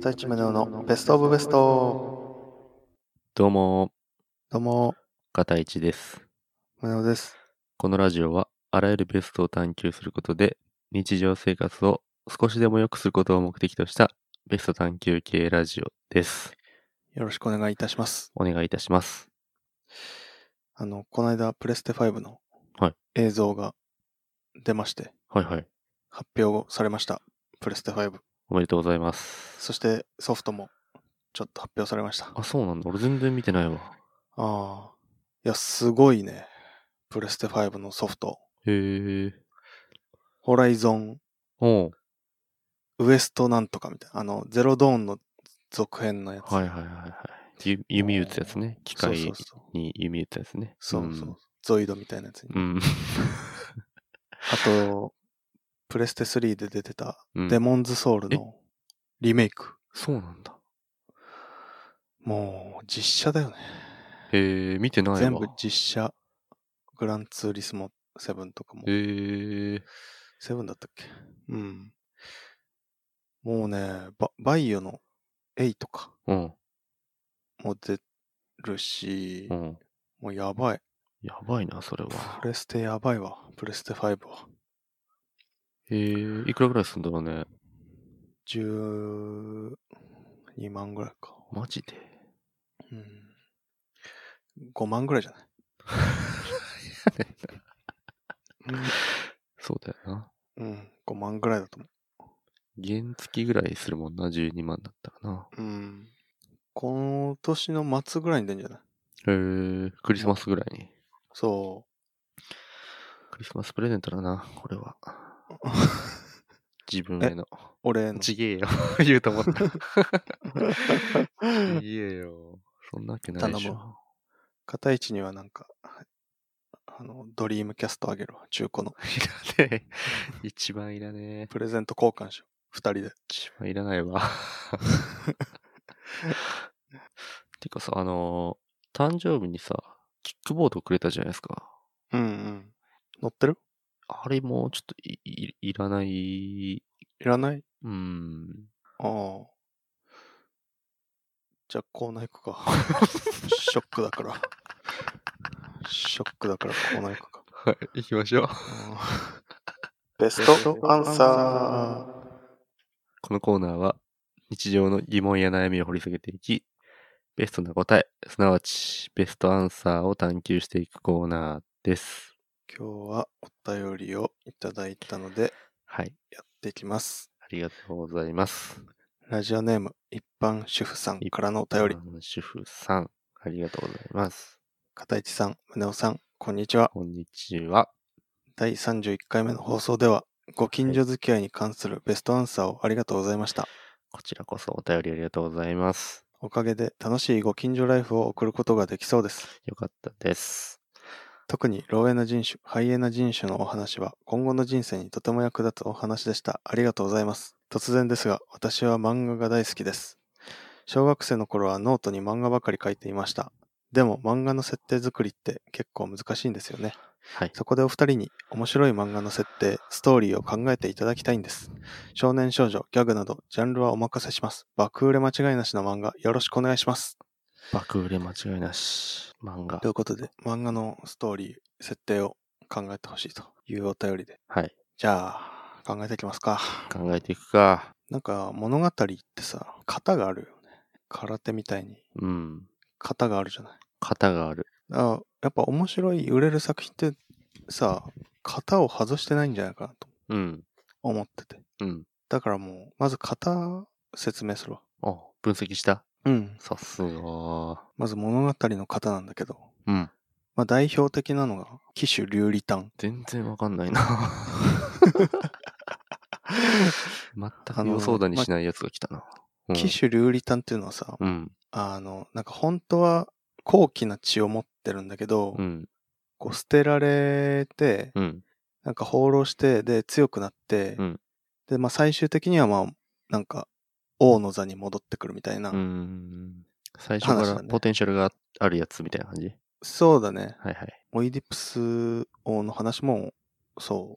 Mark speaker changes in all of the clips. Speaker 1: 田一宗男のベストオブベスト。
Speaker 2: どうも、
Speaker 1: どうも、
Speaker 2: 片一です。
Speaker 1: 宗男です。
Speaker 2: このラジオは、あらゆるベストを探求することで、日常生活を少しでも良くすることを目的とした、ベスト探求系ラジオです。
Speaker 1: よろしくお願いいたします。
Speaker 2: お願いいたします。
Speaker 1: あの、この間、プレステ5の
Speaker 2: はい
Speaker 1: 映像が出まして、
Speaker 2: はいはい。
Speaker 1: 発表されました。プレステ5。
Speaker 2: おめでとうございます。
Speaker 1: そして、ソフトもちょっと発表されました。あ
Speaker 2: あ、そうなんだ。俺全然見てないわ。
Speaker 1: あー。いや、すごいね。プレステ5のソフト。
Speaker 2: へえ。
Speaker 1: ホライゾン、
Speaker 2: おう。
Speaker 1: ウエストなんとかみたいな。あの、ゼロドーンの続編のやつ。
Speaker 2: はいはいはいはい。ゆ弓打つやつね。機
Speaker 1: そうそ
Speaker 2: 械
Speaker 1: うそう。
Speaker 2: に弓打つやつね。
Speaker 1: そうそう。ゾイドみたいなやつに。
Speaker 2: うん。
Speaker 1: あと、プレステ3で出てた、
Speaker 2: うん。
Speaker 1: デモンズソウルのリメイク。
Speaker 2: そうなんだ。
Speaker 1: もう、実写だよね。
Speaker 2: へえ、見てないわ。
Speaker 1: 全部実写。グランツーリスモ7とかも。
Speaker 2: へえ。
Speaker 1: 7だったっけうん。もうね、ババイオの8か
Speaker 2: うん。
Speaker 1: も出るし
Speaker 2: う、ん。
Speaker 1: もうやばい。
Speaker 2: やばいな、それは。
Speaker 1: プレステやばいわ。プレステ5は。
Speaker 2: えー、いくらぐらいすんだろうね。
Speaker 1: 12万ぐらいか。
Speaker 2: マジで。
Speaker 1: うん。5万ぐらいじゃない
Speaker 2: そうだよな。
Speaker 1: うん、5万ぐらいだと思
Speaker 2: 原付きぐらいするもんな、12万だったかな。
Speaker 1: う。うん。この年の末ぐらいに出るんじゃない
Speaker 2: えー、クリスマスぐらいに。
Speaker 1: そ
Speaker 2: クリスマスプレゼントだな、これは。
Speaker 1: う。
Speaker 2: 自分への。
Speaker 1: 俺の。
Speaker 2: ちげえよ。 言うと思った。ちげえよ。そんなわけないでし
Speaker 1: 頼む
Speaker 2: ょ。
Speaker 1: 片市にはなんか、あの、ドリームキャストあげるわ。中古の。
Speaker 2: いらねえ。一番いらねえ。
Speaker 1: プレゼント交換しよう。二人で。
Speaker 2: 一番いらない わ。てかさ、あのー誕生日にさ、キックボードくれたじゃないですか。
Speaker 1: うんうん。乗ってる
Speaker 2: あれもちょっといいいらない。
Speaker 1: いらない
Speaker 2: うん。
Speaker 1: ああ。じゃあ、コーナー行く か。ショックだから。ショックだからコーナー行 くか。
Speaker 2: はい、行きましょう。
Speaker 1: ベストアンサー。
Speaker 2: このコーナーは、日常の疑問や悩みを掘り下げていき、ベストな答え、すなわち、ベストアンサーを探求していくコーナーです。
Speaker 1: 今日はお便りをいただいたので
Speaker 2: はい。
Speaker 1: やっていきます。
Speaker 2: ありがとうございます。
Speaker 1: ラジオネーム一般主婦さんからのお便り。
Speaker 2: 主婦さん、ありがとうございます。
Speaker 1: 片市さん、宗男さん、こんにちは。
Speaker 2: こんにちは。
Speaker 1: 第31回目の放送では、ご近所付き合いに関するベストアンサーをありがとうございました。
Speaker 2: こちらこそお便りありがとうございます。
Speaker 1: おかげで楽しいご近所ライフを送ることができそうです。
Speaker 2: よかったです。
Speaker 1: 特に老な人種、ハイエナ人種のお話は今後の人生にとても役立つお話でした。ありがとうございます。突然ですが、私は漫画が大好きです。小学生の頃はノートに漫画ばかり書いていました。でも漫画の設定作りって結構難しいんですよね。
Speaker 2: はい。
Speaker 1: そこでお二人に面白い漫画の設定、ストーリーを考えていただきたいんです。少年少女、ギャグなど、ジャンルはお任せします。爆売れ間違いなしの漫画、よろしくお願いします。
Speaker 2: 爆売れ間違いなし。漫画
Speaker 1: とい。うことで、漫画のストーリー、設定を考えてほしいというお便りで。
Speaker 2: はい。
Speaker 1: じゃあ、考えていきますか。
Speaker 2: 考えていくか。
Speaker 1: なんか、物語ってさ、型があるよね。空手みたいに、
Speaker 2: うん。
Speaker 1: 型があるじゃない。
Speaker 2: 型がある。
Speaker 1: だからやっぱ面白い、売れる作品ってさ、型を外してないんじゃないかなと
Speaker 2: うん。
Speaker 1: 思ってて。
Speaker 2: うん。
Speaker 1: だからもう、まず型説明するわ。
Speaker 2: あ、分析した。
Speaker 1: うん。
Speaker 2: さすが。
Speaker 1: まず物語の型なんだけど、
Speaker 2: うん。
Speaker 1: まあ代表的なのが、騎手竜理丹。
Speaker 2: 全然わかんないな。全く予想だにしないやつが来たな。うん
Speaker 1: 騎手竜理丹っていうのはさ、
Speaker 2: うん。
Speaker 1: あの、なんか本当は高貴な血を持ってるんだけど、
Speaker 2: うん。
Speaker 1: こう捨てられて、
Speaker 2: うん。
Speaker 1: なんか放浪して、で強くなって、
Speaker 2: うん
Speaker 1: で、まあ最終的にはまあ、なんか、王の座に戻ってくるみたいな。
Speaker 2: うん。最初か
Speaker 1: 話だ
Speaker 2: ら
Speaker 1: ね
Speaker 2: ポテンシャルがあるやつみたいな感じ。
Speaker 1: そうだね。
Speaker 2: はいはい。
Speaker 1: オイディプス王の話も、そう。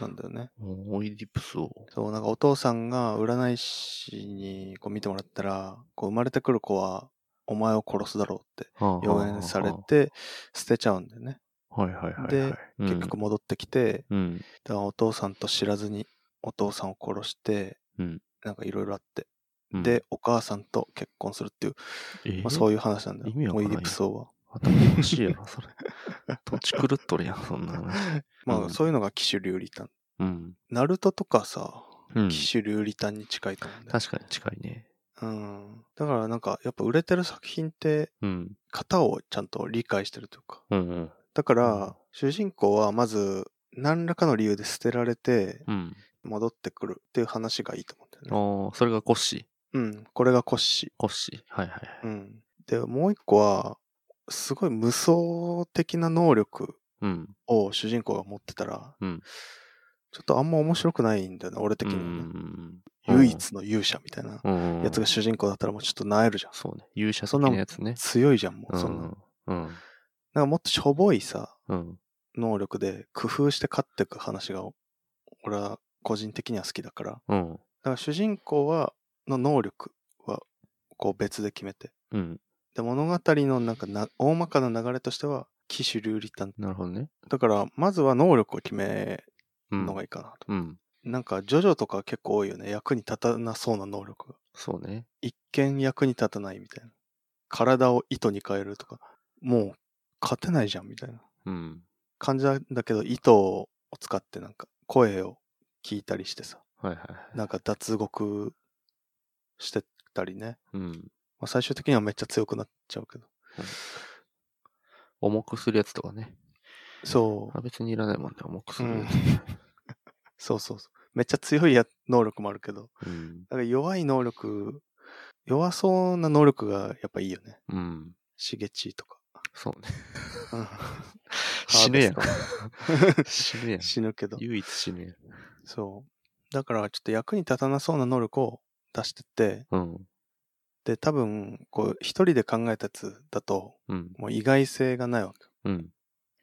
Speaker 1: なんだよね。
Speaker 2: オイディプスを。
Speaker 1: そう、なんかお父さんが占い師にこう見てもらったら、こう生まれてくる子はお前を殺すだろうって
Speaker 2: はあ
Speaker 1: 予言され。て捨てちゃうんだよね。
Speaker 2: はいはいはいはい。
Speaker 1: で
Speaker 2: うん
Speaker 1: 結局、戻ってきて、
Speaker 2: うん。
Speaker 1: だからお父さんと知らずにお父さんを殺して、
Speaker 2: うん
Speaker 1: なんかいろいろあって、
Speaker 2: うん、
Speaker 1: で、お母さんと結婚するっていう、
Speaker 2: えー、
Speaker 1: まあ、そう
Speaker 2: いう。
Speaker 1: いう話なんだよ。
Speaker 2: 意味わかん
Speaker 1: オ
Speaker 2: ない
Speaker 1: イディプス王は。
Speaker 2: 頭おかしいやな、それ。土地狂っとるやん、そんな話。
Speaker 1: ま
Speaker 2: う
Speaker 1: あ、
Speaker 2: ん
Speaker 1: そういうのが騎手竜理丹。
Speaker 2: うん。
Speaker 1: ナルトとかさ、
Speaker 2: うん。
Speaker 1: 騎手竜理丹に近いと思うんだよ、
Speaker 2: 確かに近いね。
Speaker 1: うん。だからなんか、やっぱ売れてる作品って、
Speaker 2: うん。
Speaker 1: 型をちゃんと理解してるというか。
Speaker 2: うんうん。
Speaker 1: だか
Speaker 2: うん
Speaker 1: ら、主人公はまず、何らかの理由で捨てられて、
Speaker 2: うん。
Speaker 1: 戻ってくるっていう話がいいと思うんだよね。
Speaker 2: ああ、それがコッシー。
Speaker 1: うん。これがコッシ
Speaker 2: コッシー。はいはいはい。
Speaker 1: ー。うん。で、もう一個は、すごい無双的な能力
Speaker 2: うん。
Speaker 1: を主人公が持ってたら、
Speaker 2: うん
Speaker 1: ちょっとあんま面白くないんだよね、俺的にはね。
Speaker 2: うん
Speaker 1: 唯一の勇者みたいな
Speaker 2: うん
Speaker 1: やつが主人公だったらもうちょっとなえるじゃん。
Speaker 2: そうね。勇者
Speaker 1: そ
Speaker 2: 的
Speaker 1: んな
Speaker 2: なやつね。
Speaker 1: 強いじゃん、もう。そんな。
Speaker 2: うん。うん
Speaker 1: なんかもっとしょぼいさ、
Speaker 2: うん。
Speaker 1: 能力で工夫して勝っていく話が、俺は個人的には好きだから。だ
Speaker 2: うん。
Speaker 1: から主人公は、の能力は、こう別で決めて。
Speaker 2: うん。
Speaker 1: で、物語のなんかな、大まかな流れとしては、騎手竜理丹。
Speaker 2: なるほどね。
Speaker 1: だから、まずは能力を決め
Speaker 2: う
Speaker 1: る
Speaker 2: ん
Speaker 1: の。がいいかなと。
Speaker 2: うん。
Speaker 1: なんか、ジョジョとか結構多いよね。役に立たなそうな能力が。
Speaker 2: そうね。
Speaker 1: 一見役に立たないみたいな。体を糸に変えるとか、もう勝てないじゃんみたいな
Speaker 2: うん。
Speaker 1: 感じなんだけど、糸を使ってなんか声を聞いたりしてさ、
Speaker 2: はいはい。
Speaker 1: なんか脱獄してたりね。
Speaker 2: うん。
Speaker 1: まあ、最終的にはめっちゃ強くなっちゃうけど。
Speaker 2: 重くするやつとかね。
Speaker 1: そう、
Speaker 2: あ別にいらないもんね、重くす
Speaker 1: う
Speaker 2: るや
Speaker 1: ん、そうそうそう。めっちゃ強いや能力もあるけど、
Speaker 2: つ。うん。
Speaker 1: なんか弱い能力、弱そうな能力がやっぱいいよね。
Speaker 2: うん。
Speaker 1: しげちとか。
Speaker 2: そうね。
Speaker 1: うん
Speaker 2: 死ぬやん
Speaker 1: ハ。
Speaker 2: 死 ぬやん。
Speaker 1: 死ぬけど。
Speaker 2: 唯一死ぬやん。
Speaker 1: そう。だからちょっと役に立たなそうな能力を出してって、
Speaker 2: うん。
Speaker 1: で、多分、こう、一人で考えたやつだと、
Speaker 2: うん。
Speaker 1: もう意外性がないわけ。
Speaker 2: うん。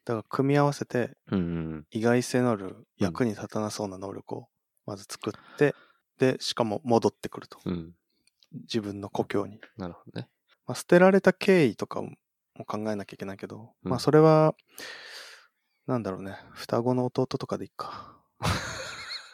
Speaker 1: だから、組み合わせて、
Speaker 2: うんうん。
Speaker 1: 意外性のある役に立たなそうな能力を、まず作って、で、しかも戻ってくると。
Speaker 2: うん。
Speaker 1: 自分の故郷に。
Speaker 2: なるほどね。
Speaker 1: まあ、捨てられた経緯とかも考えなきゃいけないけど、
Speaker 2: うん
Speaker 1: まあ、それは、なんだろうね、双子の弟とかでいいか。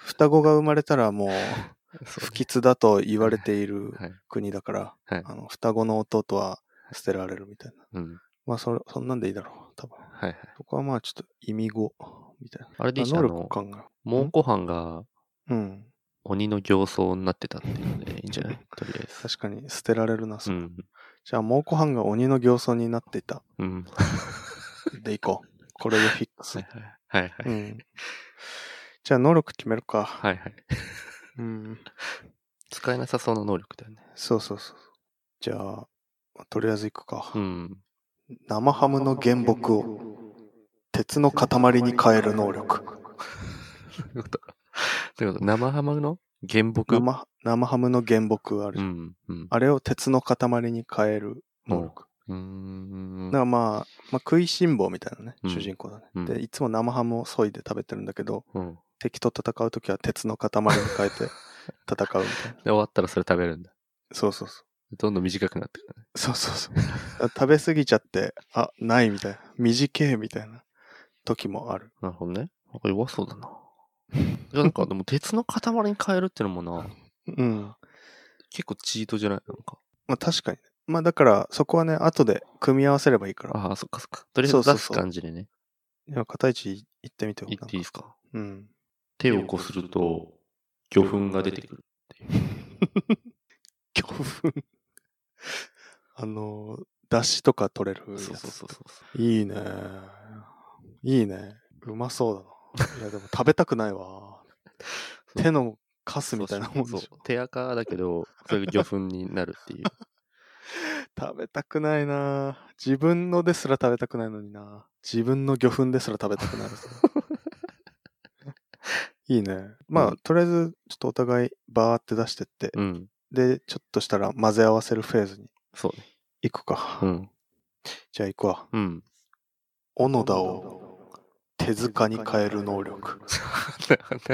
Speaker 1: 双子が生まれたらもう、
Speaker 2: そう
Speaker 1: 不
Speaker 2: ね
Speaker 1: 吉だと言われている
Speaker 2: はい。
Speaker 1: 国だから、
Speaker 2: はい
Speaker 1: あの双子の弟は捨てられるみたいな。
Speaker 2: うん。
Speaker 1: まあそれ、そんなんでいいだろう、多分。
Speaker 2: はいはい。
Speaker 1: そこはまあちょっと意味語みたいな。
Speaker 2: あれでいいじ
Speaker 1: 能
Speaker 2: ゃん。あ
Speaker 1: 力
Speaker 2: の、
Speaker 1: 感が。
Speaker 2: 蒙古藩が
Speaker 1: うん。
Speaker 2: 鬼の形相になってたっていうのでいいんじゃ ないとりあえず。
Speaker 1: 確かに捨てられるな、そうれ
Speaker 2: ん。
Speaker 1: じゃあ、蒙古藩が鬼の形相になっていた。
Speaker 2: うん。
Speaker 1: で、いこう。これでフィックス。
Speaker 2: はいはい。
Speaker 1: う
Speaker 2: はい
Speaker 1: ん。 じゃあ、能力決めるか。
Speaker 2: はいはい。
Speaker 1: うん。
Speaker 2: 使えなさそうな能力だよね。
Speaker 1: そうそうそう。じゃあ、とりあえずいくか。
Speaker 2: うん。
Speaker 1: 生ハムの原木を鉄の塊に変える能力。
Speaker 2: ということか。ということ生ハムの原木。
Speaker 1: 生生ハムの原木ある
Speaker 2: う
Speaker 1: じゃん、
Speaker 2: ん。うん。
Speaker 1: あれを鉄の塊に変える能力。
Speaker 2: うーん
Speaker 1: だか。らまあ、まあ、食いしん坊みたいなね、
Speaker 2: うん
Speaker 1: 主人公だね、
Speaker 2: うん
Speaker 1: で、いつも生ハムを削いで食べてるんだけど、
Speaker 2: うん。
Speaker 1: 敵と戦うときは鉄の塊に変えて戦う みたいな。
Speaker 2: で、終わったらそれ食べるんだ。
Speaker 1: そうそうそう。
Speaker 2: どんどん短くなってくるね。
Speaker 1: そうそうそう。だ から食べ過ぎちゃって、あ、ないみたいな。短いみたいな時もある。
Speaker 2: なるほどね。なんか弱そうだな。いや、なんかでも鉄の塊に変えるってのもな、
Speaker 1: うん。
Speaker 2: 結構チートじゃないなんか。
Speaker 1: まあ確かにね。まあだから、そこはね、後で組み合わせればいいから。
Speaker 2: ああ、そっかそっか。とりあえ
Speaker 1: そ
Speaker 2: ず
Speaker 1: うそう
Speaker 2: 出す
Speaker 1: そう
Speaker 2: 感じでね。
Speaker 1: 今、片市行ってみてよ。
Speaker 2: 言っていいですか
Speaker 1: なんかうん。
Speaker 2: 手をこすると魚粉が出てくる。
Speaker 1: 教訓。あの、出汁とか取れるやつ。
Speaker 2: そうそうそうそう。
Speaker 1: いいね。いいね。うまそうだな。いや、でも食べたくないわ。
Speaker 2: そう
Speaker 1: 手のカスみたいなもんでし
Speaker 2: そ
Speaker 1: ょ
Speaker 2: う。手垢だけど、それが魚粉になるっていう。
Speaker 1: 食べたくないな。自分のですら食べたくないのにな。自分の魚粉ですら食べたくなる。それいいね。まあ、
Speaker 2: うん
Speaker 1: とりあえず、ちょっとお互いバーって出してって、
Speaker 2: うん。
Speaker 1: で、ちょっとしたら混ぜ合わせるフェーズに
Speaker 2: そうね。
Speaker 1: 行くか。
Speaker 2: うん。
Speaker 1: じゃあ行くわ。
Speaker 2: うん。
Speaker 1: 小野田を手塚に変える能 力。
Speaker 2: ちょっと待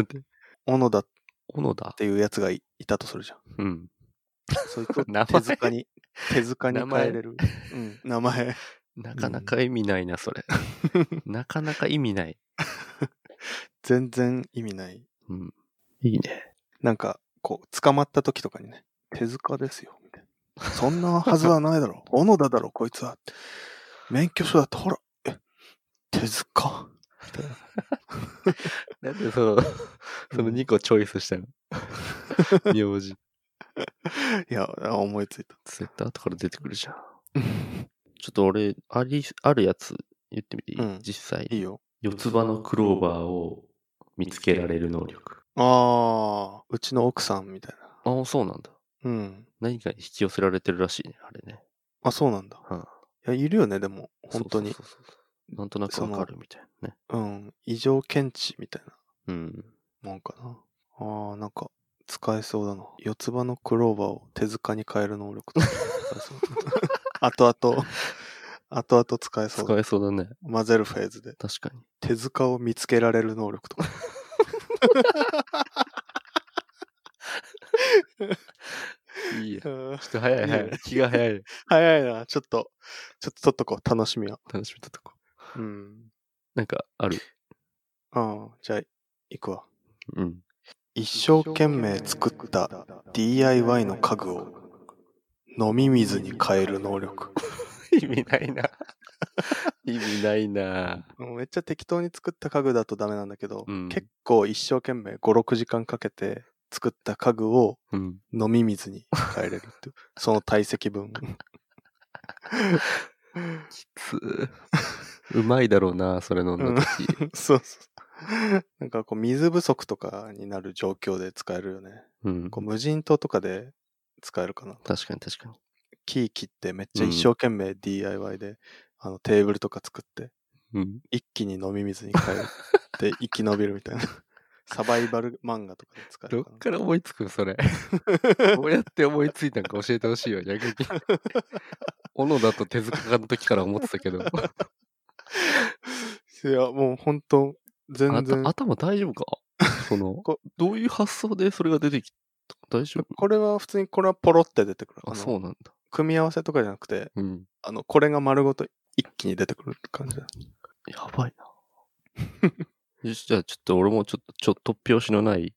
Speaker 2: って。
Speaker 1: 小野田っ
Speaker 2: 小野田
Speaker 1: ていうやつがいいたとするじゃん。
Speaker 2: うん。
Speaker 1: そいつを
Speaker 2: 名
Speaker 1: 手
Speaker 2: 前
Speaker 1: 塚に、手塚に変えれる。うん、名前。
Speaker 2: なかなか意味ないな、それ。なかなか意味ない。
Speaker 1: 全然意味ない。
Speaker 2: うん。いいね。
Speaker 1: なんか、こう、捕まった時とかにね、手塚ですよ、みたいな。そんなはずはないだ ろ。小野田だろ、こいつは。免許証だって、ほら、え、手塚
Speaker 2: なんでその、その2個チョイスしたの 名字。
Speaker 1: いや、思いついた。
Speaker 2: 絶対後から出てくるじゃん。ちょっと俺、あり、あるやつ言ってみていい、
Speaker 1: うん
Speaker 2: 実際
Speaker 1: い。いよ。
Speaker 2: 四つ葉のクローバーを見つけられる能力。
Speaker 1: ああ、うちの奥さんみたいな。
Speaker 2: ああ、そうなんだ。
Speaker 1: うん。
Speaker 2: 何かに引き寄せられてるらしいね、あれね。
Speaker 1: あ、そうなんだ。
Speaker 2: うん
Speaker 1: いや、いるよね、でも、本当に。
Speaker 2: そうそうそうそうなんとなくわかるみたいなね。
Speaker 1: うん。異常検知みたい
Speaker 2: うん。
Speaker 1: なもんかな。ああ、なんか、使えそうだな。四つ葉のクローバーを手塚に変える能力と か使えそう後々、後々使えそうだ
Speaker 2: 使えそうだね。
Speaker 1: 混ぜるフェーズで。
Speaker 2: 確かに。
Speaker 1: 手塚を見つけられる能力とか。
Speaker 2: いいや。ちょ
Speaker 1: うん
Speaker 2: っと早い早
Speaker 1: いい
Speaker 2: い。気が早い。
Speaker 1: 早いな。ちょっと、ちょっと取っとこう。楽しみは。
Speaker 2: 楽しみととこ。
Speaker 1: うん。
Speaker 2: なんか、ある。
Speaker 1: ああ、じゃあ、行くわ。
Speaker 2: うん。
Speaker 1: 一生懸命作った DIY の家具を飲み水に変える能力。
Speaker 2: 意味ない な。意味ないな。
Speaker 1: もうめっちゃ適当に作った家具だとダメなんだけど、
Speaker 2: うん
Speaker 1: 結構一生懸命5、6時間かけて作った家具を
Speaker 2: うん。
Speaker 1: 飲み水に変えれるって いう。その体積分。
Speaker 2: きつー。うまいだろうな、それ飲んだ時。
Speaker 1: そうそう。なんかこう水不足とかになる状況で使えるよね。
Speaker 2: うん。
Speaker 1: こう無人島とかで使えるかな。
Speaker 2: 確かに確かに。
Speaker 1: 木切ってめっちゃ一生懸命 DIY で、あのテーブルとか作って。
Speaker 2: うん。
Speaker 1: 一気に飲み水に変えて生き延びるみ たいな。サバイバル漫画とかで使え
Speaker 2: ど
Speaker 1: る
Speaker 2: っ
Speaker 1: かな。
Speaker 2: から思いつくのそ れ。どうやって思いついたのか教えてほしいよ、逆 に。小野田と手塚の時から思ってたけど。
Speaker 1: いや、もう本当全然
Speaker 2: あた。頭大丈夫かその
Speaker 1: こ、
Speaker 2: どういう発想でそれが出てきた大丈夫
Speaker 1: これは普通にこれはポロって出てくる。
Speaker 2: あ、
Speaker 1: の
Speaker 2: そうなんだ。
Speaker 1: 組み合わせとかじゃなくて、
Speaker 2: うん。
Speaker 1: あの、これが丸ごと一気に出てくる感じだ。
Speaker 2: やばいな。 よし、じゃあちょっと俺もちょっと、ちょっと突拍子のない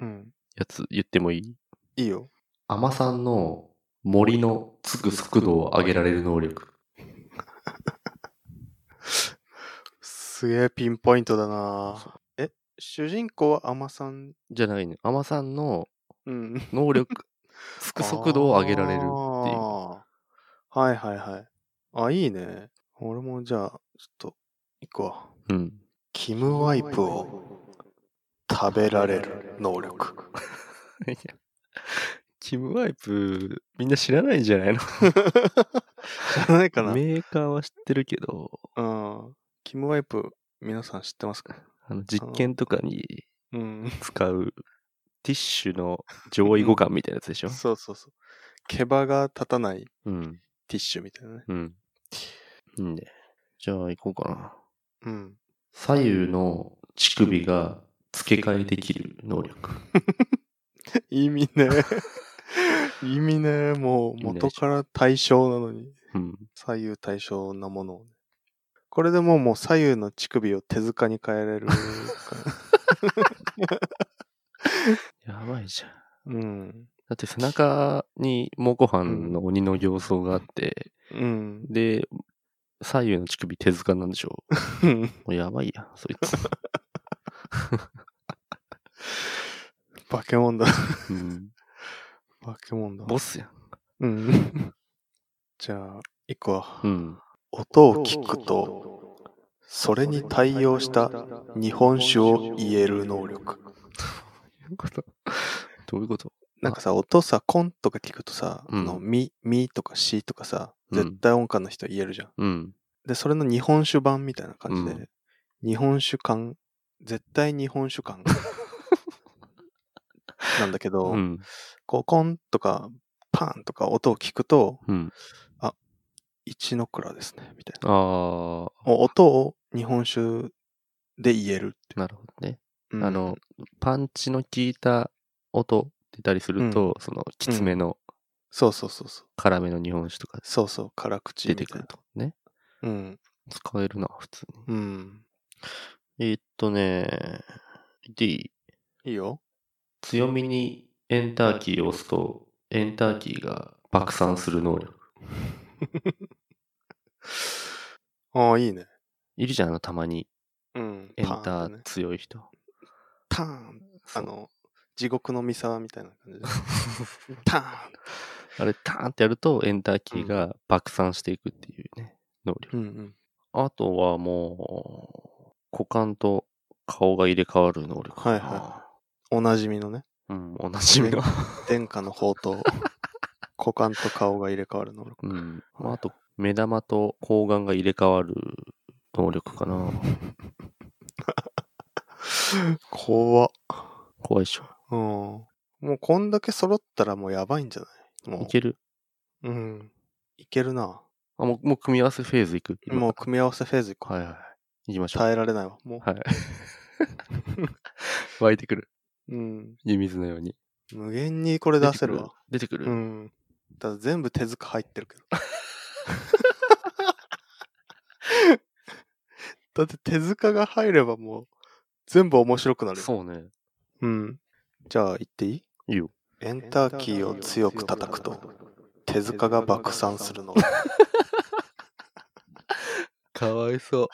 Speaker 1: うん。
Speaker 2: やつ言ってもいい
Speaker 1: いいよ。
Speaker 2: アマさんの森のつく速度を上げられる能力。
Speaker 1: すげえピンポイントだなえ、主人公はアマさん。
Speaker 2: じゃないね。アマさんの
Speaker 1: うん。
Speaker 2: 能 力、つく速度を上げられるっていう。
Speaker 1: あーはいはいはい。あ、いいね。俺もじゃあ、ちょっと、行くわ。
Speaker 2: うん。
Speaker 1: キムワイプを食べられる能力。
Speaker 2: いやキムワイプ、みんな知らないんじゃないの
Speaker 1: 知らないかな
Speaker 2: メーカーは知ってるけど、
Speaker 1: うん。キムワイプ、皆さん知ってますか
Speaker 2: あの実験とかに
Speaker 1: うん。
Speaker 2: 使うティッシュの上位互換みたいなやつでしょ
Speaker 1: そうそうそう。毛羽が立たない
Speaker 2: うん。
Speaker 1: ティッシュみたいなね。
Speaker 2: うん。いいね。じゃあ行こうかな。
Speaker 1: うん。
Speaker 2: 左右の乳首が付け替えできる能力。
Speaker 1: 意味ね。 意味ね。もう
Speaker 2: 意味ないでしょ
Speaker 1: 元から対象なのに、
Speaker 2: うん。
Speaker 1: 左右対称なものをね。これでもうもう左右の乳首を手塚に変えれる から。
Speaker 2: やばいじゃん。
Speaker 1: うん。
Speaker 2: だって背中に蒙古藩の鬼の形相があって、
Speaker 1: うん。
Speaker 2: で、左右の乳首手塚なんでしょもう やばいやん、そいつ。
Speaker 1: バケモンだ。
Speaker 2: うん、
Speaker 1: バケモンだ。
Speaker 2: ボスやん。
Speaker 1: うん。 じゃあ、一個は、
Speaker 2: うん。
Speaker 1: 音を聞くと、それに対応した日本酒を言える能力。
Speaker 2: どういうことどういうこと
Speaker 1: なんかさ、音さ、コンとか聞くとさ、
Speaker 2: うん
Speaker 1: あの、み、みとかしとかさ、
Speaker 2: うん
Speaker 1: 絶対音感の人言えるじゃん。
Speaker 2: うん。
Speaker 1: で、それの日本酒版みたいな感じ
Speaker 2: う
Speaker 1: で、日本酒感、絶対日本酒 感。なんだけど、
Speaker 2: うん。
Speaker 1: こう、コンとか、パンとか音を聞くと、
Speaker 2: うん。
Speaker 1: 一の蔵ですね、みたいな。
Speaker 2: ああ、
Speaker 1: もう音を日本酒で言えるって
Speaker 2: なるほどね。
Speaker 1: うん
Speaker 2: あの、パンチの効いた音出たりすると、その、きつめの、
Speaker 1: そうそうそうそう。
Speaker 2: 辛めの日本酒とか
Speaker 1: そうそう、辛口
Speaker 2: 出
Speaker 1: み
Speaker 2: て
Speaker 1: たい
Speaker 2: くる
Speaker 1: な。
Speaker 2: とかね。
Speaker 1: うん。
Speaker 2: 使えるな、普通に。
Speaker 1: うん。
Speaker 2: えーっとね、D、
Speaker 1: いいよ。
Speaker 2: 強みにエンターキーを押すと、エンターキーが爆散する能力。
Speaker 1: ああ、いいね。
Speaker 2: いるじゃん、あの、たまに。
Speaker 1: うん。
Speaker 2: エン
Speaker 1: パー
Speaker 2: タ
Speaker 1: ンってね
Speaker 2: ー強い人。
Speaker 1: ターン。
Speaker 2: そ
Speaker 1: あ
Speaker 2: う
Speaker 1: の、地獄の三沢みたいな感じで。 ターン。
Speaker 2: あれ、ターンってやると、エンターキーが爆散していくっていうね、能力。
Speaker 1: うんうん。
Speaker 2: あとはもう、股間と顔が入れ替わる能力か
Speaker 1: は
Speaker 2: な。
Speaker 1: いはおなじみのね、
Speaker 2: うん、おなじみの。
Speaker 1: 殿下の宝 刀。股間と顔が入れ替わる能力。
Speaker 2: うん。まあ、あと、目玉と睾丸が入れ替わる能力かな。
Speaker 1: 怖っ。
Speaker 2: 怖いっしょ。
Speaker 1: うん。もうこんだけ揃ったらもうやばいんじゃないも
Speaker 2: いける
Speaker 1: う。うん。いけるな。
Speaker 2: あ、もう、もう組み合わせフェーズいく今
Speaker 1: もう組み合わせフェーズいこう。
Speaker 2: はいはい。行きましょう。
Speaker 1: 耐えられないわ。も
Speaker 2: はい。 湧いてくる。
Speaker 1: う。うん。
Speaker 2: 湯水のように。
Speaker 1: 無限にこれ出せるわ。
Speaker 2: 出てくる。出
Speaker 1: う
Speaker 2: てくる
Speaker 1: ん。ただ全部手塚入ってる けど。だって手塚が入ればもう全部面白くなるよ。
Speaker 2: そうね。
Speaker 1: うん。じゃあ言っていい
Speaker 2: いいよ。
Speaker 1: エンターキーを強く叩くと手塚が爆散するの。
Speaker 2: かわいそう。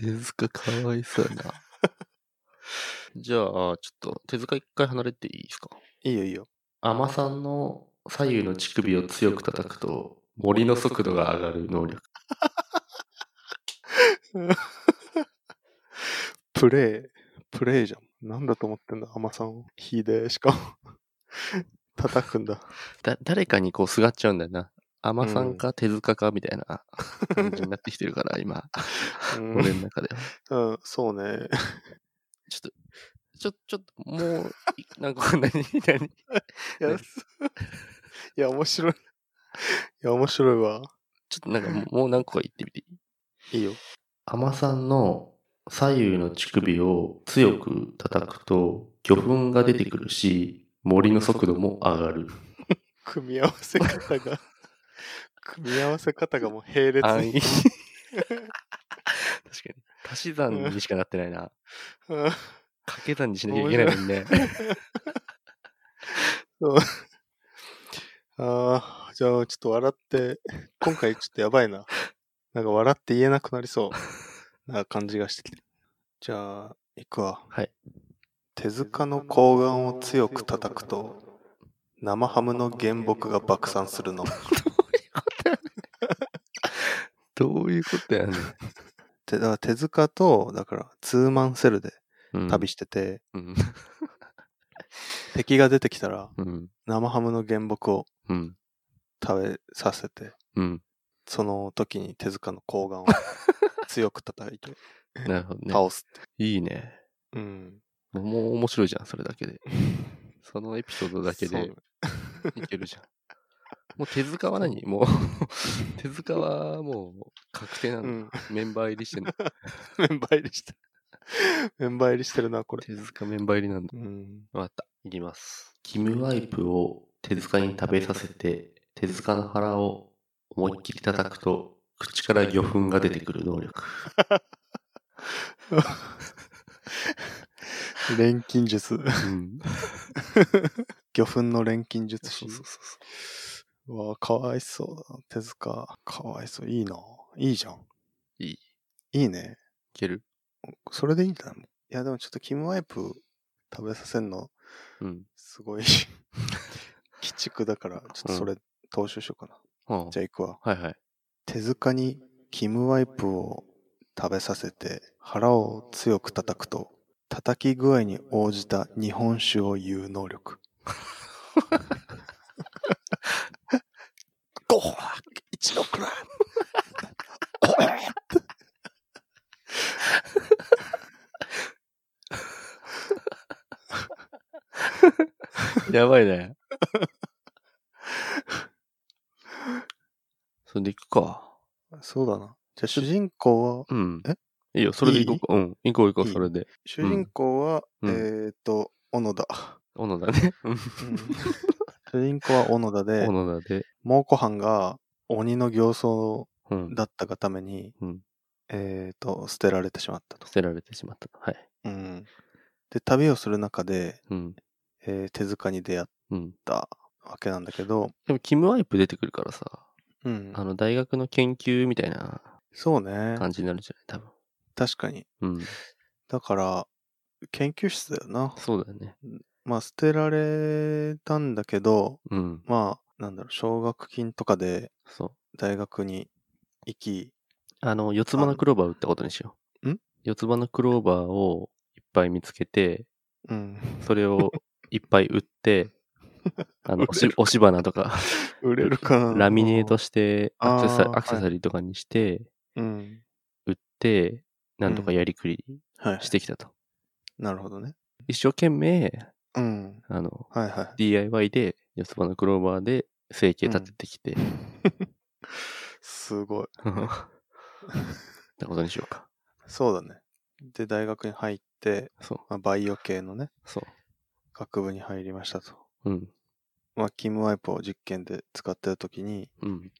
Speaker 2: 手塚かわいそうやな。 じゃあ、ちょっと手塚一回離れていいですか
Speaker 1: いいよいいよ。
Speaker 2: アマさんの左右の乳首を強く叩くと森の速度が上がる能力。
Speaker 1: プレイ、プレイじゃん。なんだと思ってんだ、アマさんを。火で、しかも、叩くんだ。
Speaker 2: だ誰かにこうすがっちゃうんだよな。アマさんか手塚かみたいな感じになってきてるから、 今、
Speaker 1: うん、
Speaker 2: 俺の中では。
Speaker 1: うん、そうね。
Speaker 2: ちょっと、ちょ、ちょっと、もう、いなんか、何、何、
Speaker 1: いや、
Speaker 2: ね
Speaker 1: す いや面白い。い や、面白いわ。
Speaker 2: ちょっとなんかもう、もう何個か言ってみていい
Speaker 1: いいよ。
Speaker 2: アマさんの左右の乳首を強く叩くと魚粉が出てくるし森の速度も上がる。
Speaker 1: 組み合わせ方が、 組み合わせ方がもう並列
Speaker 2: 安
Speaker 1: に。
Speaker 2: 易確かに。足し算にしかなってないな。
Speaker 1: うん
Speaker 2: 掛け算にしなきゃいけないの にね。
Speaker 1: ああ、じゃあちょっと笑って、今回ちょっとやばいな。なんか笑って言えなくなり そうな感じがしてきて。じゃあ、行くわ。
Speaker 2: はい。
Speaker 1: 手塚の睾丸を強く叩くと、生ハムの原木が爆散するの。
Speaker 2: どういうことやねん。
Speaker 1: てだから手塚と、だから、ツーマンセルで
Speaker 2: うん
Speaker 1: 旅してて、
Speaker 2: うん。
Speaker 1: 敵が出てきたら、
Speaker 2: うん。
Speaker 1: 生ハムの原木を
Speaker 2: うん。
Speaker 1: 食べさせて、
Speaker 2: うん。
Speaker 1: その時に手塚の睾 丸を強く叩いて
Speaker 2: なるほどね。
Speaker 1: 倒すって。
Speaker 2: いいね。
Speaker 1: うん。
Speaker 2: もう面白いじゃん、それだけ で。そのエピソードだけ
Speaker 1: そう
Speaker 2: で
Speaker 1: ね
Speaker 2: いけるじゃん。 もう手塚は何 もう手塚はもう確定な
Speaker 1: う
Speaker 2: の、
Speaker 1: ん。
Speaker 2: メンバー入りしてんの
Speaker 1: メ ンバー入りしてる。メンバー入りしてるな、これ。
Speaker 2: 手塚メンバー入りなんだ。
Speaker 1: うん。
Speaker 2: わかった。いきます。キムワイプを手塚に食べさせて、手塚の腹を思いっきり叩くと、口から魚粉が出てくる能力。
Speaker 1: 錬金術。
Speaker 2: うん。
Speaker 1: 魚粉の錬金術
Speaker 2: そ
Speaker 1: 師
Speaker 2: うそう。そうそう
Speaker 1: わかわいそうだな。手塚。かわいそう。いいな。いいじゃん。
Speaker 2: う。いい。い
Speaker 1: いいね。
Speaker 2: ける
Speaker 1: それでいいんじゃないいや、でもちょっとキムワイプ食べさせんの、
Speaker 2: うん。
Speaker 1: すごい、 鬼畜だから、ちょっとそれ、踏襲しようかな。
Speaker 2: はあ
Speaker 1: じゃあ行くわ。
Speaker 2: はいはい。
Speaker 1: 手塚にキムワイプを食べさせて腹を強く叩くと叩き具合に応じた日本酒を言う能 力ゴー一のくらい
Speaker 2: やばいね。 それでいくか。
Speaker 1: そうだなじゃあ主人公は、
Speaker 2: うん。
Speaker 1: え
Speaker 2: いいよ、それで行こうか。うん。行こう行こ、
Speaker 1: いうい
Speaker 2: それで。
Speaker 1: 主人公は、
Speaker 2: うん
Speaker 1: えっと、小野田。
Speaker 2: 小野田ね。うん
Speaker 1: 主人公は小野田で
Speaker 2: 小、野田で。
Speaker 1: 猛虎藩が鬼の形相
Speaker 2: うん。
Speaker 1: だったがために、
Speaker 2: うん
Speaker 1: えっと、捨てられてしまったと。
Speaker 2: 捨てられてしまった。はい。
Speaker 1: うん。で、旅をする中で、
Speaker 2: うん。
Speaker 1: えー手塚に出会っ
Speaker 2: うん。
Speaker 1: たわけなんだけど、
Speaker 2: でも、キムワイプ出てくるからさ、
Speaker 1: うん
Speaker 2: あの、大学の研究みたいな
Speaker 1: そうね。
Speaker 2: 感じになるんじゃない多
Speaker 1: 確かに。
Speaker 2: 分。うん。
Speaker 1: だから、研究室だよな。
Speaker 2: そうだよね。
Speaker 1: まあ、捨てられたんだけど、
Speaker 2: うん。
Speaker 1: まあ、なんだろう、奨学金とかで
Speaker 2: そう。
Speaker 1: 大学に行き、
Speaker 2: あの、四つ葉のクローバーを売ったことにしよう。
Speaker 1: ん
Speaker 2: 四つ葉のクローバーをいっぱい見つけて、
Speaker 1: うん。
Speaker 2: それ をいっぱい売って、あの、おし押し花とか、
Speaker 1: 売れるかな。
Speaker 2: ラミネートして
Speaker 1: あー
Speaker 2: アクセサ
Speaker 1: はい
Speaker 2: アクセサリーとかにして、
Speaker 1: うん。
Speaker 2: 売って、なんとかやりくり
Speaker 1: はい。
Speaker 2: してきたと。
Speaker 1: なるほどね。
Speaker 2: 一生懸命、
Speaker 1: うん。
Speaker 2: あの、
Speaker 1: はいは
Speaker 2: DIY で、四つ葉のクローバーで生計立ててきて、
Speaker 1: い。すごい。
Speaker 2: ってことにしようか。
Speaker 1: そうだね。で、大学に入って、
Speaker 2: そう、
Speaker 1: まあ、バイオ系のね、
Speaker 2: そ
Speaker 1: 学部に入りましたと。
Speaker 2: う。うん、
Speaker 1: まあ、キムワイプを実験で使ってるときに、
Speaker 2: うん。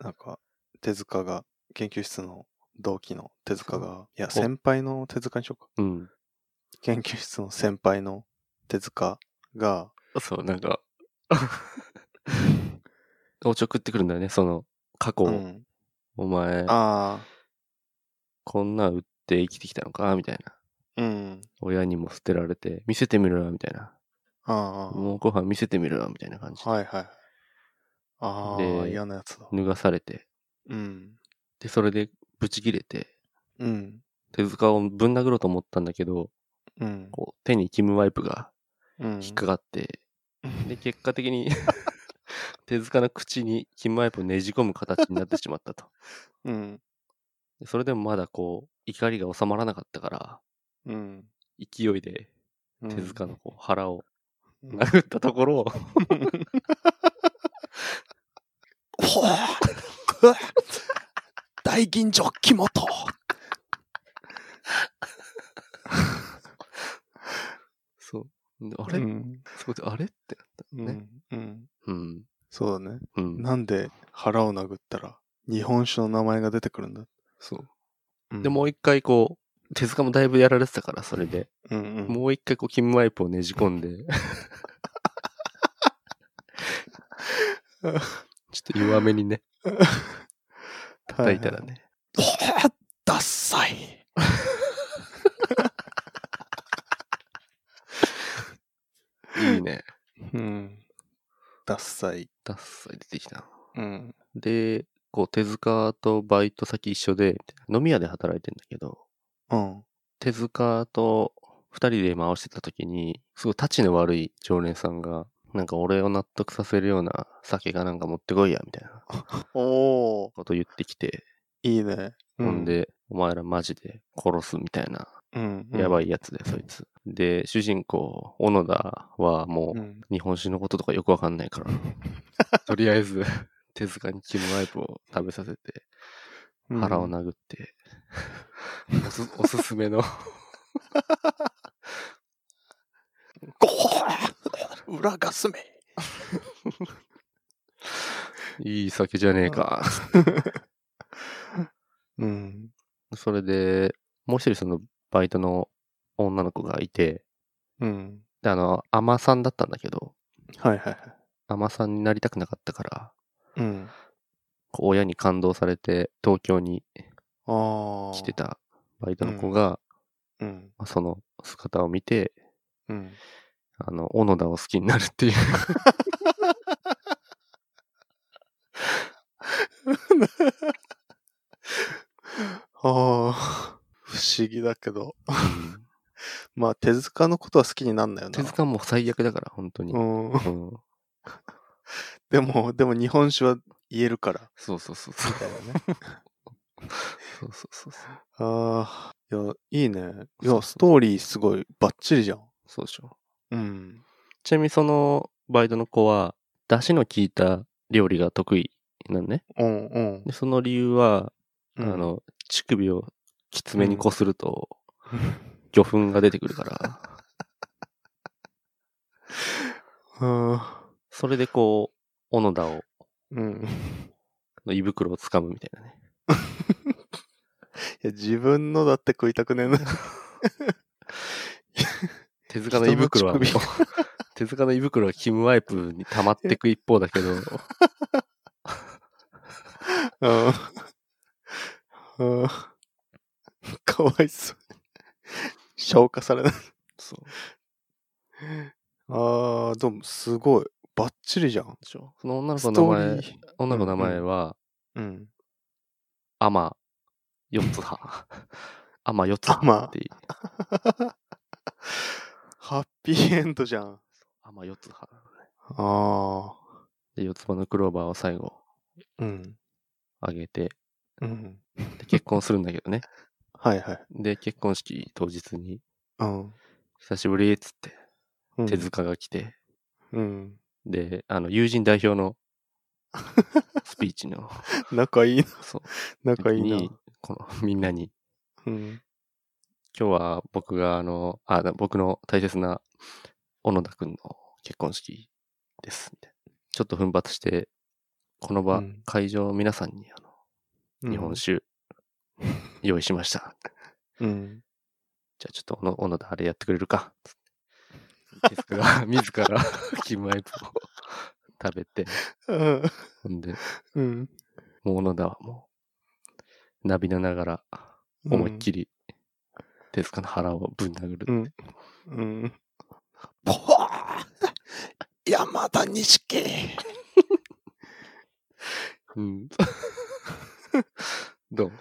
Speaker 1: なんか、手塚が、研究室の同期の手塚が、いや、
Speaker 2: そう
Speaker 1: 先輩の手塚にしようか。
Speaker 2: うん。
Speaker 1: 研究室の先輩の手塚が、
Speaker 2: そう、なんか、 おちょくってくるんだよね、その、過去を、
Speaker 1: うん、
Speaker 2: お前、
Speaker 1: あ
Speaker 2: こんな売って生きてきたのか、みたいな。
Speaker 1: あ、うん、
Speaker 2: 親にも捨てられて、見せてみろよ、みたいな。
Speaker 1: ああ、
Speaker 2: もうご飯見せてみろよ、みたいな感じで。
Speaker 1: はいはい。ああ、
Speaker 2: で
Speaker 1: 嫌なやつだ。
Speaker 2: 脱がされて。
Speaker 1: うん、
Speaker 2: で、それで、ブチ切れて、
Speaker 1: うん、
Speaker 2: 手塚をぶん殴ろうと思ったんだけど、
Speaker 1: うん、
Speaker 2: こう、手にキムワイプが
Speaker 1: うん。
Speaker 2: 引っかかって、で、結果的に、 手塚の口にキムワイプをねじ込む形になってしまったと。
Speaker 1: うん、
Speaker 2: でそれでもまだこう、怒りが収まらなかったから、
Speaker 1: うん。
Speaker 2: 勢いで
Speaker 1: うん
Speaker 2: 手塚のこう腹を
Speaker 1: うん
Speaker 2: 殴ったところを、
Speaker 1: 大吟醸木本
Speaker 2: そう。であれ、
Speaker 1: うん
Speaker 2: そこで、あれってなった
Speaker 1: う
Speaker 2: ね。
Speaker 1: んうん
Speaker 2: うん。
Speaker 1: そうだね。
Speaker 2: うん。
Speaker 1: なんで腹を殴ったら日本酒の名前が出てくるんだ。
Speaker 2: そう。
Speaker 1: うん
Speaker 2: で、もう一回こう、手塚もだいぶやられてたから、それで。
Speaker 1: うんうん、
Speaker 2: もう一回こう、キムワイプをねじ込 んで。ちょっと弱めにね、叩いたらね。
Speaker 1: はあダッサい。
Speaker 2: いいね。
Speaker 1: うん。ダッサい。
Speaker 2: ダッサい出てきたな。
Speaker 1: うん。
Speaker 2: で、こう、手塚とバイト先一緒で、飲み屋で働いてんだけど、
Speaker 1: うん。
Speaker 2: 手塚と二人で回してた時に、すごいタチの悪い常連さんが、なんか俺を納得させるような酒がなんか持ってこいや、みたいな
Speaker 1: おー、
Speaker 2: こと言ってきて、
Speaker 1: いいね。
Speaker 2: ほん、で、お前らマジで殺すみたいな、
Speaker 1: うん、
Speaker 2: やば
Speaker 1: い。
Speaker 2: いやつで、そいつ。で、主人公、小野田はも
Speaker 1: う。
Speaker 2: うん日本酒のこととかよくわかんないから、 とりあえず、手塚にキムワイプを食べさせて、腹を
Speaker 1: な。
Speaker 2: 殴って、おすおすすめの
Speaker 1: ごー裏がすめ。
Speaker 2: いい酒じゃねえか。
Speaker 1: うん。
Speaker 2: それで、もう一人そのバイトの女の子がいて、
Speaker 1: うん。
Speaker 2: で、あの、アマさんだったんだけど、
Speaker 1: はいはいはい。
Speaker 2: アマさんになりたくなかったから、
Speaker 1: うん。
Speaker 2: こう親に感動されて東京に
Speaker 1: ああ。
Speaker 2: 来て。たバイトの子が、
Speaker 1: うん。
Speaker 2: まあその姿を見て、
Speaker 1: うん。
Speaker 2: あの、小野田を好きになるっていう。
Speaker 1: ああ。 不思議だけど。まあ、手塚のことは好きになんないよな。
Speaker 2: 手塚も最悪だから、本当に。うん。
Speaker 1: うん。 でも、でも日本酒は言える から。
Speaker 2: そうそうそうそう。
Speaker 1: みたいなね。
Speaker 2: そうそうそうそう。
Speaker 1: ああ、いや、いいね。い
Speaker 2: そうそう
Speaker 1: や、ストーリーすごいバッチリじゃん。
Speaker 2: そうでしょ。
Speaker 1: うん。
Speaker 2: ちなみにそのバイトの子は、出汁の効いた料理が得意なんね。
Speaker 1: うんうん。
Speaker 2: で、その理由は、
Speaker 1: うん
Speaker 2: あの、乳首をきつめにこすると、魚粉が出てくるから、
Speaker 1: あ
Speaker 2: それでこう、小野田を、
Speaker 1: ー うん。
Speaker 2: の胃袋を掴むみたいなね。
Speaker 1: いや、自分のだって食いたくねえな。
Speaker 2: 手塚の胃袋はもう
Speaker 1: 人の
Speaker 2: 手塚の胃袋はキムワイプに溜まってく一方だ けど、
Speaker 1: うん。うん。かわいそう。消化されない。
Speaker 2: そう。
Speaker 1: ああ、でも、すごい。バッチリじゃん。
Speaker 2: でしょその女の子
Speaker 1: ス
Speaker 2: の
Speaker 1: ト
Speaker 2: 名
Speaker 1: ーリ
Speaker 2: 前、
Speaker 1: ー。
Speaker 2: 女の子の名前は、
Speaker 1: うん。
Speaker 2: アマ、四 つ葉。アマ四つ
Speaker 1: アマ
Speaker 2: 葉っていう。
Speaker 1: ハッピーエンドじゃん。
Speaker 2: アマ四つ葉。
Speaker 1: ああ。
Speaker 2: で、四つ葉のクローバーを最後、
Speaker 1: うん。
Speaker 2: あげて、
Speaker 1: うん。
Speaker 2: で結婚するんだけど ね。
Speaker 1: はいはい。
Speaker 2: で、結婚式当日に、
Speaker 1: うん。
Speaker 2: 久しぶりっつって、
Speaker 1: うん
Speaker 2: 手塚が来て、
Speaker 1: うん。
Speaker 2: で、あの、友人代表 のスピーチの、
Speaker 1: 仲いいな。
Speaker 2: そう、
Speaker 1: 仲い
Speaker 2: 時
Speaker 1: いな。
Speaker 2: に、この、みんなに、
Speaker 1: うん。
Speaker 2: 今日は僕が、あの、あ、僕の大切な小野田くんの結婚式です、みたいな。ちょっと奮発して、この場、
Speaker 1: うん
Speaker 2: 会場の皆さんに、あの、日本 酒、用意しました。
Speaker 1: うん。
Speaker 2: じゃあちょっと小野、小野田あれやってくれるか。 つって手塚が、自ら、 キムアイプを食べて、
Speaker 1: うん。
Speaker 2: ほんで、
Speaker 1: うん。
Speaker 2: もう小野田はもう、涙ながら、思いっきり、手塚の腹をぶん殴 る。
Speaker 1: うん。ぽー山田錦
Speaker 2: うん。 どう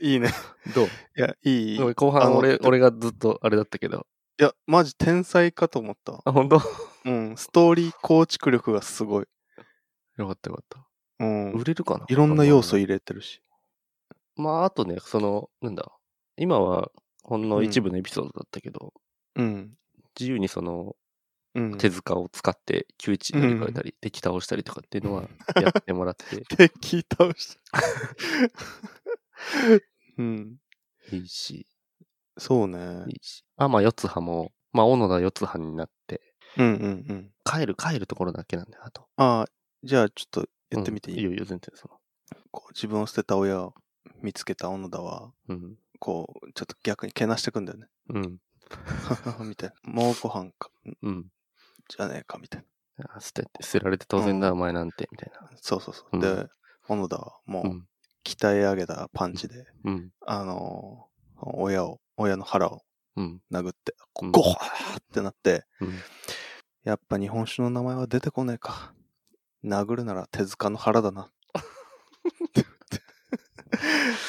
Speaker 1: いいね。
Speaker 2: どう
Speaker 1: いや、いい。い
Speaker 2: ごめん後
Speaker 1: あ
Speaker 2: 半
Speaker 1: の
Speaker 2: 俺、俺がずっとあれだったけど。
Speaker 1: や、マジ天才かと思った。
Speaker 2: あ、本当
Speaker 1: うん。ストーリー構築力がすごい。
Speaker 2: よかったよかった。
Speaker 1: うん
Speaker 2: 売。れるかない
Speaker 1: いろんな要素入れてるし。
Speaker 2: まあ、あとね、その、なんだ。今は、ほんの一部のエピソードだったけど、
Speaker 1: うん。
Speaker 2: 自由にその、
Speaker 1: うん。
Speaker 2: 手塚を使って、窮地乗り越えたり、敵倒したりとかっていうのは、やってもらって
Speaker 1: 敵倒 した。うん。
Speaker 2: いいし、
Speaker 1: そうね
Speaker 2: い。いし。あ、まあ、四つ葉も、まあ、小野田四つ葉になって、
Speaker 1: うんうんうん。
Speaker 2: 帰る、帰るところだけなんだよ、あと。
Speaker 1: ああ、じゃあちょっと言ってみてい
Speaker 2: うん
Speaker 1: い、
Speaker 2: いよいよ、全然その。
Speaker 1: こう自分を捨てた親を見つけた小野田は、
Speaker 2: うん。
Speaker 1: こう、ちょっと逆にけなしてくんだよね。
Speaker 2: うん。
Speaker 1: みたいな。もうご飯か、
Speaker 2: うん。
Speaker 1: じゃねえか、みたい
Speaker 2: あ捨てて、捨てられて当然だ、お前なんて、みたいな。
Speaker 1: な。そうそうそう。
Speaker 2: うん
Speaker 1: で、小野田はも
Speaker 2: う。
Speaker 1: うん鍛え上げたパンチで、
Speaker 2: うん。
Speaker 1: あのー親を、親の腹を
Speaker 2: うん。
Speaker 1: 殴って、
Speaker 2: うん
Speaker 1: ゴハーってなって、
Speaker 2: うん
Speaker 1: やっぱ日本酒の名前は出てこねえか。殴るなら手塚の腹だな。って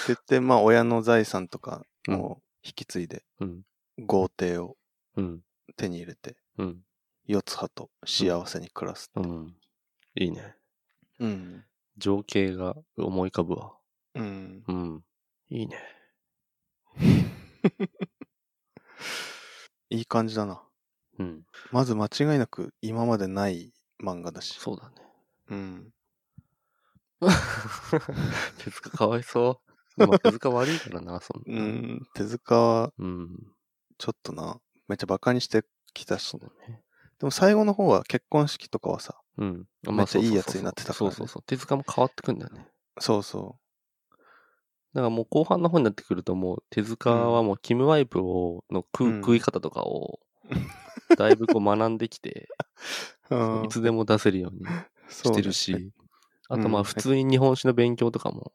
Speaker 1: 言って、まあ親の財産とかを引き継いで、
Speaker 2: うん。
Speaker 1: 豪邸を
Speaker 2: うん。
Speaker 1: 手に入れて、
Speaker 2: うん。
Speaker 1: 四葉と幸せに暮らす。
Speaker 2: うん。いいね。
Speaker 1: うん。
Speaker 2: 情景が思い浮かぶわ。
Speaker 1: うん。
Speaker 2: うん。いいね。
Speaker 1: いい感じだな。
Speaker 2: うん。
Speaker 1: まず間違いなく今までない漫画だし。
Speaker 2: そうだね。
Speaker 1: うん。
Speaker 2: 手塚かわいそう。まあ、手塚悪いからな、そん
Speaker 1: う
Speaker 2: な。
Speaker 1: ん。手塚は
Speaker 2: うん。
Speaker 1: ちょっとな、めっちゃバカにしてきたし
Speaker 2: そ。うだね。
Speaker 1: でも最後の方は結婚式とかはさ、
Speaker 2: うん。
Speaker 1: めっちゃいいやつになってたからね
Speaker 2: そうそうそう。手塚も変わってくんだよね。
Speaker 1: そうそ
Speaker 2: だからもう後半の方になってくるともう手塚はもうキムワイプをの食,、う
Speaker 1: うん
Speaker 2: 食い方とかをだいぶこう学んできて、
Speaker 1: う。
Speaker 2: いつでも出せるように
Speaker 1: し
Speaker 2: してるし、あ
Speaker 1: うね
Speaker 2: と
Speaker 1: う
Speaker 2: まあ
Speaker 1: ん
Speaker 2: 普通に日本酒の勉強とかも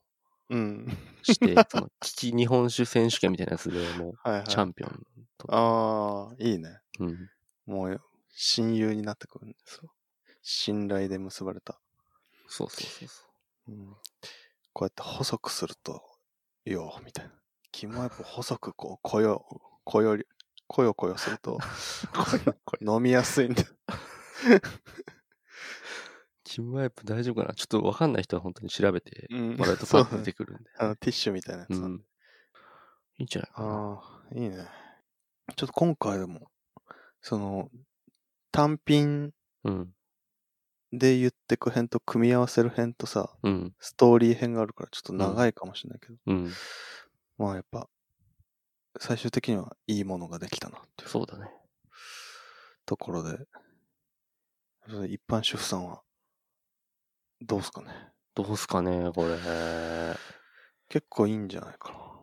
Speaker 1: うん。
Speaker 2: して、その聞き日本酒選手権みたいなやつでも。
Speaker 1: はいはいう
Speaker 2: チャンピオン。
Speaker 1: ああ、いいね。
Speaker 2: うん。
Speaker 1: もう親友になってくる、ね。
Speaker 2: そう
Speaker 1: 信頼で結ばれた。
Speaker 2: そうそうそうそ
Speaker 1: うんこうやって細くすると、よう、みたいな。キモやっぱ細くこう、こよ、こより、こよこよすると、
Speaker 2: う。 これ、
Speaker 1: 飲みやすいんだ。
Speaker 2: キムワイプ大丈夫かなちょっとわかんない人は本当に調べて、
Speaker 1: うん
Speaker 2: 笑いと
Speaker 1: そ
Speaker 2: パ
Speaker 1: う
Speaker 2: ッと出てくるんで。
Speaker 1: あの、ティッシュみたいなや
Speaker 2: う
Speaker 1: つなんんで。。
Speaker 2: いいんじゃないかな。
Speaker 1: ああ、いいね。ちょっと今回でも、その、単品
Speaker 2: うん。
Speaker 1: で言ってく編と組み合わせる編とさ、
Speaker 2: うん。
Speaker 1: ストーリー編があるからちょっと長いかもしれないけど、
Speaker 2: うん。
Speaker 1: まあやっぱ、最終的にはいいものができたなっていう
Speaker 2: そうだね。
Speaker 1: ところで、それ一般主婦さんは、どうすかね。
Speaker 2: どうすかね、これ。
Speaker 1: 結構いいんじゃないか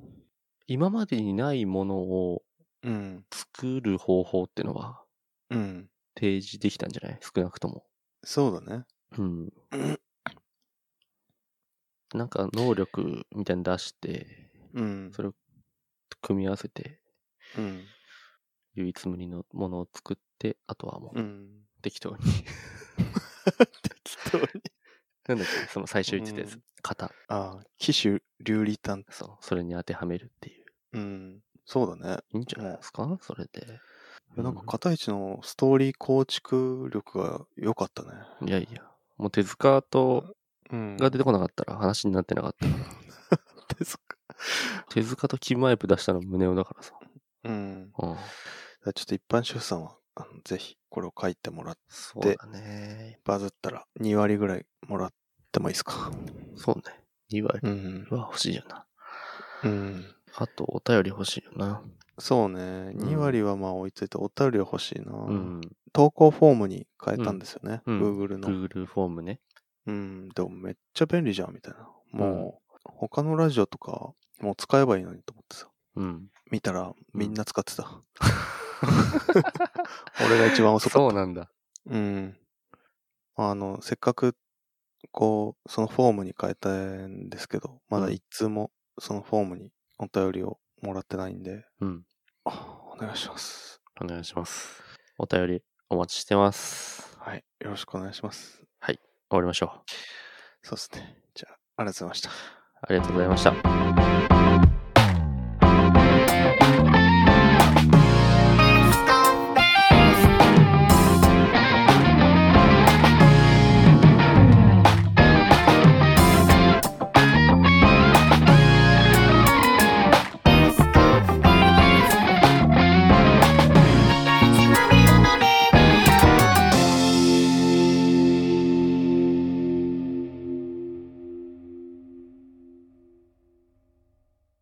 Speaker 2: 今までにないものを
Speaker 1: な。うん。
Speaker 2: 作る方法ってのは
Speaker 1: うん。
Speaker 2: 提示できたんじゃない少なくとも。
Speaker 1: そうだね。
Speaker 2: うん。なんか能力みたいに出して、
Speaker 1: うん。
Speaker 2: それを組み合わせて
Speaker 1: うん。
Speaker 2: 唯一無二のものを作って、あとはも
Speaker 1: う。
Speaker 2: うん適当に。
Speaker 1: 適当に。
Speaker 2: なんだっけ、その最終一です
Speaker 1: うん。
Speaker 2: 型。
Speaker 1: ああ、騎手流利探。
Speaker 2: そう。それに当てはめるっていう。
Speaker 1: うん。そうだね。
Speaker 2: いいんじゃないですかそれで。
Speaker 1: いやなんか
Speaker 2: う、
Speaker 1: 片市のストーリー構築力が良かったね。
Speaker 2: いやいや。もう手塚と、
Speaker 1: うん
Speaker 2: が出てこなかったら話になってなかったから。
Speaker 1: てそっか。
Speaker 2: 手塚とキムアイプ出したの胸をだからさ。
Speaker 1: うん。だか
Speaker 2: うん。
Speaker 1: らちょっと一般主婦さんは、あのぜひこれを書いてもらって、
Speaker 2: そうだね。
Speaker 1: バズったら2割ぐらいもらってもいいですか。
Speaker 2: そうね。2割
Speaker 1: うん。
Speaker 2: は欲しいよな。
Speaker 1: うん。
Speaker 2: あと、お便り欲しいよな。
Speaker 1: そうね。2割はまあ置いといて、お便りは欲しいな。
Speaker 2: うん。
Speaker 1: 投稿フォームに変えたんですよね。
Speaker 2: うん
Speaker 1: Google の。
Speaker 2: Google フォームね。
Speaker 1: うん、でもめっちゃ便利じゃんみたいな。もう、他のラジオとか、もう使えばいいのにと思ってさ。
Speaker 2: うん。
Speaker 1: 見たら、みんな使ってた。 俺が一番遅か
Speaker 2: そ
Speaker 1: っ
Speaker 2: うなんだ。
Speaker 1: た。うん。あの、せっかく、こう、そのフォームに変えたんですけど、まだ
Speaker 2: うん
Speaker 1: 一通も、そのフォームにお便りをもらってないんで、
Speaker 2: うん。
Speaker 1: あお願いします。
Speaker 2: お願いします。お便りお待ちしてます。
Speaker 1: はい。よろしくお願いします。
Speaker 2: 終わりましょう。
Speaker 1: そうですね。じゃあ、ありがとうございました。
Speaker 2: ありがとうございました。